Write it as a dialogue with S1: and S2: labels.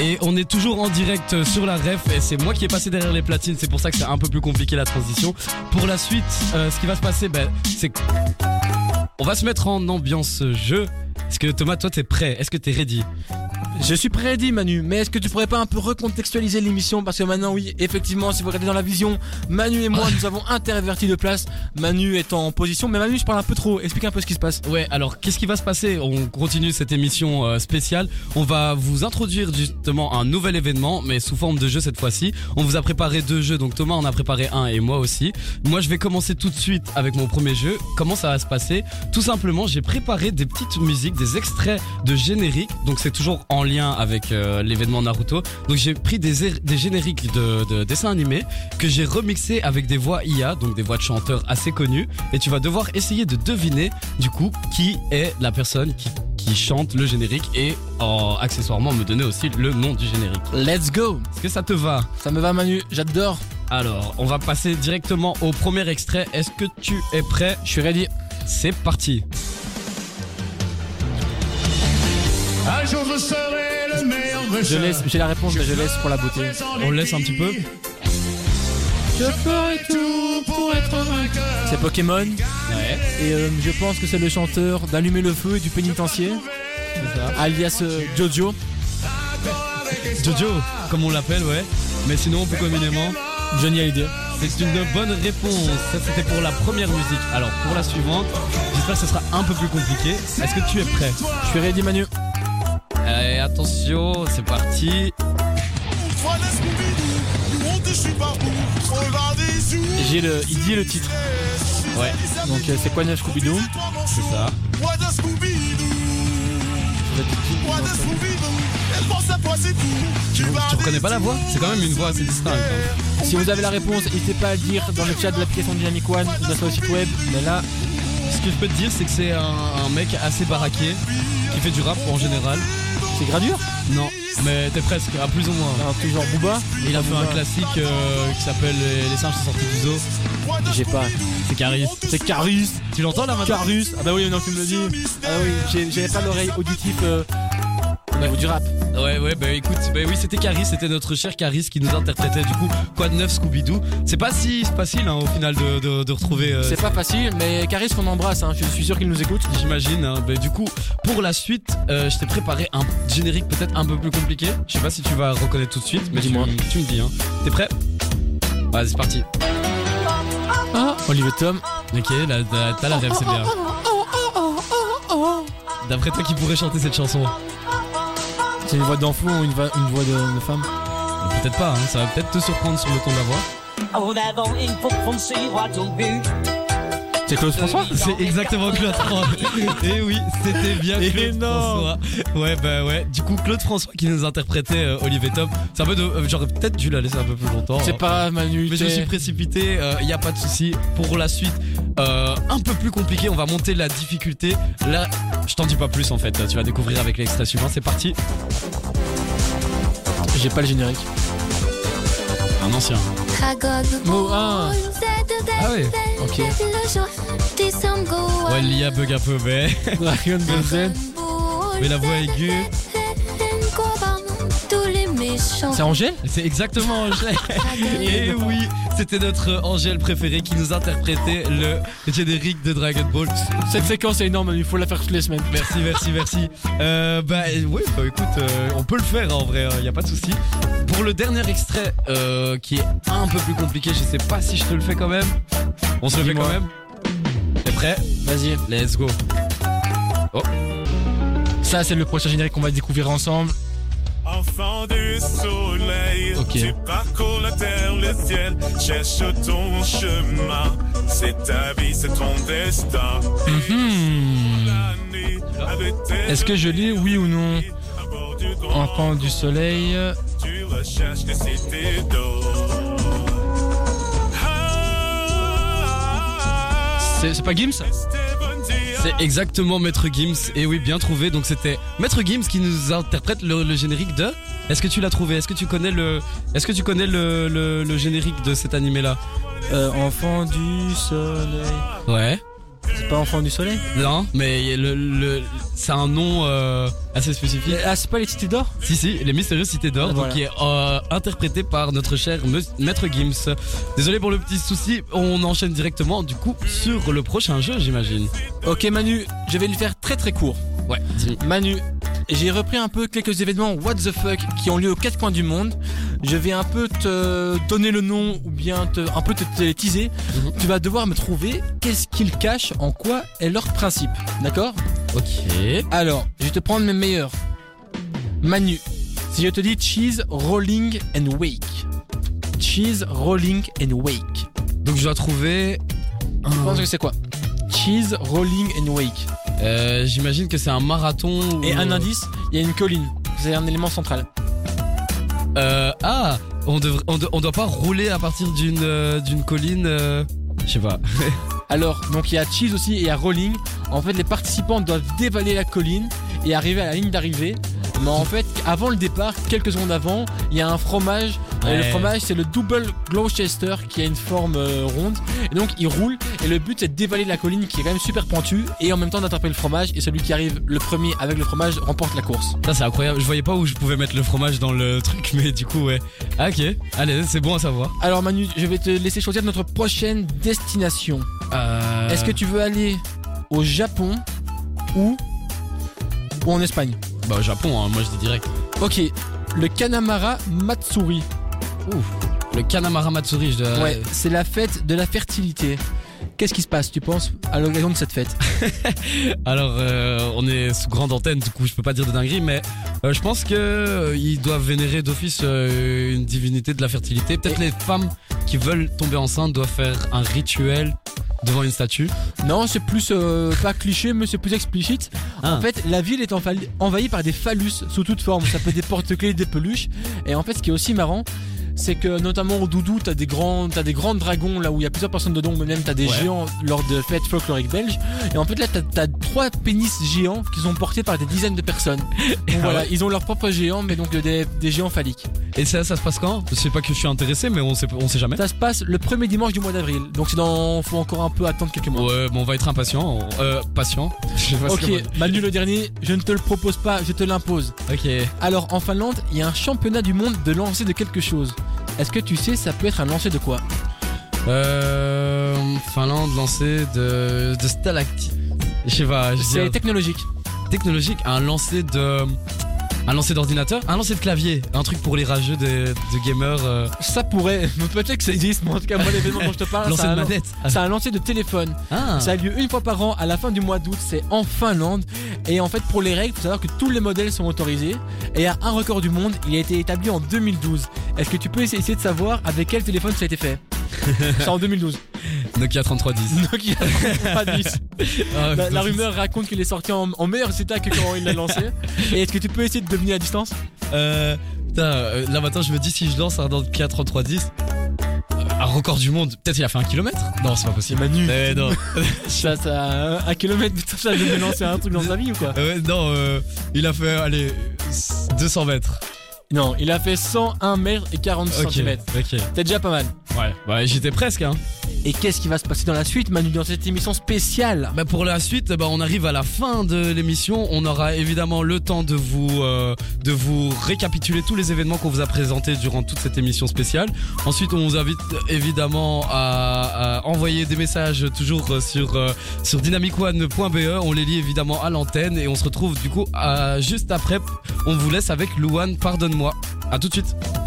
S1: Et on est toujours en direct sur la ref et c'est moi qui ai passé derrière les platines, c'est pour ça que c'est un peu plus compliqué la transition. Pour la suite, euh, ce qui va se passer, ben, c'est que- on va se mettre en ambiance jeu. Est-ce que Thomas, toi, t'es prêt Est-ce que t'es ready
S2: Je suis prédit Manu, mais est-ce que tu pourrais pas un peu recontextualiser l'émission Parce que maintenant oui, effectivement, si vous regardez dans la vision, Manu et moi nous avons interverti de place. Manu est en position, mais Manu je parle un peu trop, explique un peu ce qui se passe.
S1: Ouais, alors qu'est-ce qui va se passer On continue cette émission euh, spéciale. On va vous introduire justement un nouvel événement, mais sous forme de jeu cette fois-ci. On vous a préparé deux jeux, donc Thomas en a préparé un et moi aussi. Moi, je vais commencer tout de suite avec mon premier jeu. Comment ça va se passer Tout simplement, j'ai préparé des petites musiques, des extraits de génériques. Donc c'est toujours en lien avec euh, l'événement Naruto. Donc j'ai pris des, er- des génériques de, de dessins animés que j'ai remixés avec des voix IA, donc des voix de chanteurs assez connues. Et tu vas devoir essayer de deviner du coup qui est la personne qui, qui chante le générique et oh, accessoirement me donner aussi le nom du générique.
S2: Let's go
S1: Est-ce que ça te va
S2: Ça me va Manu, j'adore,
S1: Alors, on va passer directement au premier extrait. Est-ce que tu es prêt
S2: je suis ready.
S1: C'est parti.
S3: Un jour je serai le meilleur
S2: Je
S3: bêcheur.
S2: laisse, j'ai la réponse, mais je laisse pour la beauté.
S1: On le laisse un petit peu.
S2: Je ferai
S3: Tout pour être vainqueur.
S2: C'est Pokémon,
S1: Ouais,
S2: et euh, je pense que c'est le chanteur d'Allumer le feu et du pénitencier,
S1: c'est ça.
S2: alias euh, Jojo.
S1: Jojo, comme on l'appelle, ouais. Mais sinon, plus communément,
S2: Johnny Hallyday.
S1: c'est une bonne réponse. Ça, c'était pour la première musique. Alors, pour la suivante, j'espère que ce sera un peu plus compliqué. Est-ce que tu es prêt
S2: Je suis ready Manu.
S1: Allez, attention, c'est parti.
S4: Voilà Scooby-Doo, du monde je suis partout, on va des jours.
S2: J'ai le, il dit le titre.
S1: Ouais,
S2: Donc euh, c'est quoi Neuf Scooby-Doo
S1: c'est ça.
S4: Voilà Scooby-Doo, voilà Scooby-Doo, elle pense à toi c'est tout. Tu, vas
S1: Tu reconnais
S4: des
S1: pas la voix
S4: jours.
S1: C'est quand même une voix assez distincte. hein.
S2: Si vous avez la réponse, n'hésitez pas à le dire dans le chat de l'application Dynamic One ou dans le site web. Mais là,
S1: Ce que je peux te dire, c'est que c'est un, un mec assez baraqué qui fait du rap en général.
S2: c'est gradure
S1: Non, mais t'es presque, à plus ou moins.
S2: Un truc genre Booba
S1: Il a fait un
S2: Booba.
S1: classique euh, qui s'appelle Les les singes sont sortis du zoo.
S2: J'ai pas.
S1: C'est Caris.
S2: C'est Carus
S1: Tu l'entends là maintenant
S2: Carus Ah bah oui, maintenant que tu me le dis. Ah oui, j'ai- j'avais pas l'oreille auditive euh, au niveau du rap.
S1: Ouais, ouais, bah écoute, bah oui, c'était Caris, c'était notre cher Caris qui nous interprétait du coup Quoi de neuf Scooby-Doo. C'est pas si facile hein, au final de, de- de retrouver. euh,
S2: C'est pas facile, mais Carus qu'on embrasse, hein. je suis sûr qu'il nous écoute.
S1: J'imagine, hein. Bah, du coup, pour la suite, euh, je t'ai préparé un générique peut-être un peu plus compliqué. Je sais pas si tu vas reconnaître tout de suite, mais tu,
S2: Dis-moi.
S1: me- tu me dis. Hein. T'es prêt Vas-y, c'est parti.
S2: Ah, Olivier Tom.
S1: Ok, là, t'as- t'as la rêve, c'est bien. D'après toi, qui pourrait chanter cette chanson
S2: C'est une voix d'enfant ou une, va- une voix de, de femme
S1: Peut-être pas, hein. ça va peut-être te surprendre sur le ton de la voix.
S5: En avant, il faut foncer droit au but.
S2: C'est Claude François
S1: Euh, C'est exactement Claude François. Et oui, c'était bien
S2: Et
S1: Claude
S2: non.
S1: François. Ouais, bah ouais. Du coup, Claude François qui nous interprétait euh, Olivier Tom. C'est un peu de. euh, J'aurais peut-être dû la laisser un peu plus longtemps.
S2: C'est
S1: hein.
S2: pas Manu.
S1: Mais je me suis
S2: t'es-
S1: précipité, il n'y a pas de souci. Pour la suite, euh, un peu plus compliqué, on va monter la difficulté. Là, je t'en dis pas plus en fait, tu vas découvrir avec l'extrait suivant, c'est parti.
S2: J'ai pas le générique.
S1: Un ancien.
S2: Mot 1.
S1: Ah ouais
S2: Ok.
S1: Ouais, l'IA bug un peu, mais,
S2: Dragon Ball Z.
S1: mais la voix aiguë,
S6: Tous les méchants.
S2: C'est Angèle
S1: c'est exactement Angèle. Et oui, c'était notre Angèle préférée qui nous interprétait le générique de Dragon Ball.
S2: Cette séquence est énorme, il faut la faire toutes les semaines.
S1: Merci, merci, merci. Euh, bah euh, oui, bah écoute, euh, on peut le faire hein, en vrai, il n'y a pas de souci. Pour le dernier extrait euh, qui est un peu plus compliqué, je sais pas si je te le fais quand même. On se le fait
S2: Dis-moi.
S1: quand même. T'es prêt
S2: Vas-y.
S1: Let's go.
S2: Ça, c'est le prochain générique qu'on va découvrir ensemble.
S4: Enfant du soleil,
S2: Ok.
S4: tu parcours la terre, le ciel, cherche ton chemin. C'est ta vie, c'est ton destin.
S2: Mhm. Est-ce que je lis oui ou non
S4: Enfant,
S2: Enfant du soleil. euh,
S4: tu recherches des cités d'or. Ah,
S2: C'est c'est pas Gims
S4: Esteban Diaz.
S1: C'est exactement Maître Gims. Et oui, bien trouvé. Donc c'était Maître Gims qui nous interprète le, le générique de. Est-ce que tu l'as trouvé Est-ce que tu connais le Est-ce que tu connais le, le- le générique de cet animé là
S2: Enfant du euh, soleil.
S1: Ouais.
S2: C'est pas Enfant du Soleil
S1: Non, mais le, le- c'est un nom euh, assez spécifique.
S2: Ah, c'est pas les Cités d'Or
S1: Si, si, Les Mystérieuses Cités d'Or,
S2: Voilà.
S1: donc qui est euh, interprété par notre cher me- Maître Gims. Désolé pour le petit souci, on enchaîne directement du coup sur le prochain jeu, j'imagine.
S2: Ok Manu, je vais le faire très très court.
S1: Ouais, dis-
S2: Manu, j'ai repris un peu quelques événements What the fuck qui ont lieu aux quatre coins du monde. Je vais un peu te donner le nom ou bien te, un peu te, te teaser.
S1: Mhm.
S2: Tu vas devoir me trouver qu'est-ce qu'ils cachent, en quoi est leur principe. D'accord
S1: ok.
S2: Alors, je vais te prendre mes meilleurs. Manu, si je te dis cheese, rolling and wake. Cheese, rolling and wake.
S1: Donc je dois trouver.
S2: Tu penses que c'est quoi Cheese, rolling and wake.
S1: Euh, j'imagine que c'est un marathon. ou-
S2: Et un indice, il y a une colline. C'est un élément central.
S1: Euh, ah, on, devrait, on, do- on doit pas rouler à partir d'une euh, d'une colline. euh, Je sais pas.
S2: Alors, donc il y a Cheese aussi et il y a Rolling. En fait, les participants doivent dévaler la colline et arriver à la ligne d'arrivée. Mais en fait, avant le départ, quelques secondes avant, il y a un fromage. Et le
S1: Ouais.
S2: fromage, c'est le double Gloucester qui a une forme euh, ronde. Et donc, il roule. Et le but, c'est de dévaler la colline qui est quand même super pentue. Et en même temps, d'attraper le fromage. Et celui qui arrive le premier avec le fromage remporte la course.
S1: Ça, c'est incroyable. Je voyais pas où je pouvais mettre le fromage dans le truc, mais du coup, ouais. Ah, ok. Allez, c'est bon à savoir.
S2: Alors, Manu, je vais te laisser choisir notre prochaine destination.
S1: Euh,
S2: Est-ce que tu veux aller au Japon ou, ou en Espagne
S1: Bah, au Japon, hein, moi je dis direct.
S2: Ok, le Kanamara Matsuri.
S1: Le Kanamara Matsuri, je dois.
S2: Ouais, c'est la fête de la fertilité. Qu'est-ce qui se passe, tu penses, à l'occasion de cette fête
S1: Alors, euh, on est sous grande antenne, du coup, je peux pas dire de dinguerie, mais euh, je pense que euh, ils doivent vénérer d'office euh, une divinité de la fertilité. Peut-être les femmes qui veulent tomber enceintes doivent faire un rituel devant une statue.
S2: Non, c'est plus euh, pas cliché, mais c'est plus explicite.
S1: Ah.
S2: En fait, la ville est enfa- envahie par des phallus sous toute forme. Ça peut être des porte-clés, des peluches. Et en fait, ce qui est aussi marrant, c'est que notamment au Doudou, t'as des grands, t'as des grands dragons là où il y a plusieurs personnes dedans, mais même t'as des
S1: Ouais.
S2: géants lors de fêtes folkloriques belges. Et en fait, là, t'as, t'as trois pénis géants qui sont portés par des dizaines de personnes. Donc,
S1: Ah
S2: voilà,
S1: ouais.
S2: ils ont leurs propres géants, mais donc euh, des- des géants phalliques.
S1: Et ça, ça se passe quand Je sais pas que je suis intéressé, mais on sait, on sait jamais.
S2: Ça se passe le premier dimanche du mois d'avril. Donc c'est dans. Faut encore un peu attendre quelques mois.
S1: Ouais, bon, on va être impatient. on- Euh, patient. Je sais pas ce
S2: Ok,
S1: que-
S2: Manu le dernier, je ne te le propose pas, je te l'impose.
S1: Ok.
S2: Alors en Finlande, il y a un championnat du monde de lancer de quelque chose. Est-ce que tu sais ça peut être un lancer de quoi
S1: Euh, Finlande lancée de, de stalactites. Je sais pas, je
S2: C'est
S1: dirais-
S2: technologique.
S1: technologique, un lancer de. Un lancer d'ordinateur Un lancer de clavier Un truc pour les rageux de, de gamers. euh,
S2: Ça pourrait. Peut-être que ça existe, mais en tout cas moi l'événement dont je te parle,
S1: lancer
S2: c'est
S1: de
S2: un,
S1: manette
S2: c'est un lancer de téléphone.
S1: Ah.
S2: Ça a lieu une fois par an à la fin du mois d'août, c'est en Finlande. Et en fait, pour les règles, faut savoir que tous les modèles sont autorisés. Et il y a un record du monde, il a été établi en 2012. Est-ce que tu peux essayer essayer de savoir avec quel téléphone ça a été fait C'est en 2012.
S1: Nokia 3310.
S2: Nokia 3310.
S1: Ah,
S2: La,
S1: putain,
S2: la
S1: c'est-
S2: rumeur raconte qu'il est sorti en, en meilleur état que quand il l'a lancé. Et est-ce que tu peux essayer de deviner à distance
S1: Euh, putain, euh, là maintenant je me dis si je lance un Nokia 3310. euh, Un record du monde, peut-être il a fait un kilomètre Non, c'est pas possible.
S2: Manu.
S1: Eh non,
S2: Ça, ça, un kilomètre de tout ça, de lancer un truc dans sa vie ou quoi
S1: Euh, non euh, il a fait, allez, 200 mètres.
S2: Non, il a fait 101 mètres et 40
S1: Ok,
S2: cm.
S1: ok.
S2: T'es déjà pas mal.
S1: Ouais, ouais j'étais presque. Hein.
S2: Et qu'est-ce qui va se passer dans la suite, Manu, dans cette émission spéciale
S1: Bah pour la suite, bah on arrive à la fin de l'émission. On aura évidemment le temps de vous euh, de vous récapituler tous les événements qu'on vous a présentés durant toute cette émission spéciale. Ensuite, on vous invite évidemment à, à envoyer des messages toujours euh, sur euh, sur dynamicone.be. E. On les lit évidemment à l'antenne et on se retrouve du coup à- juste après. On vous laisse avec Louane. Pardonne-moi. À tout de suite.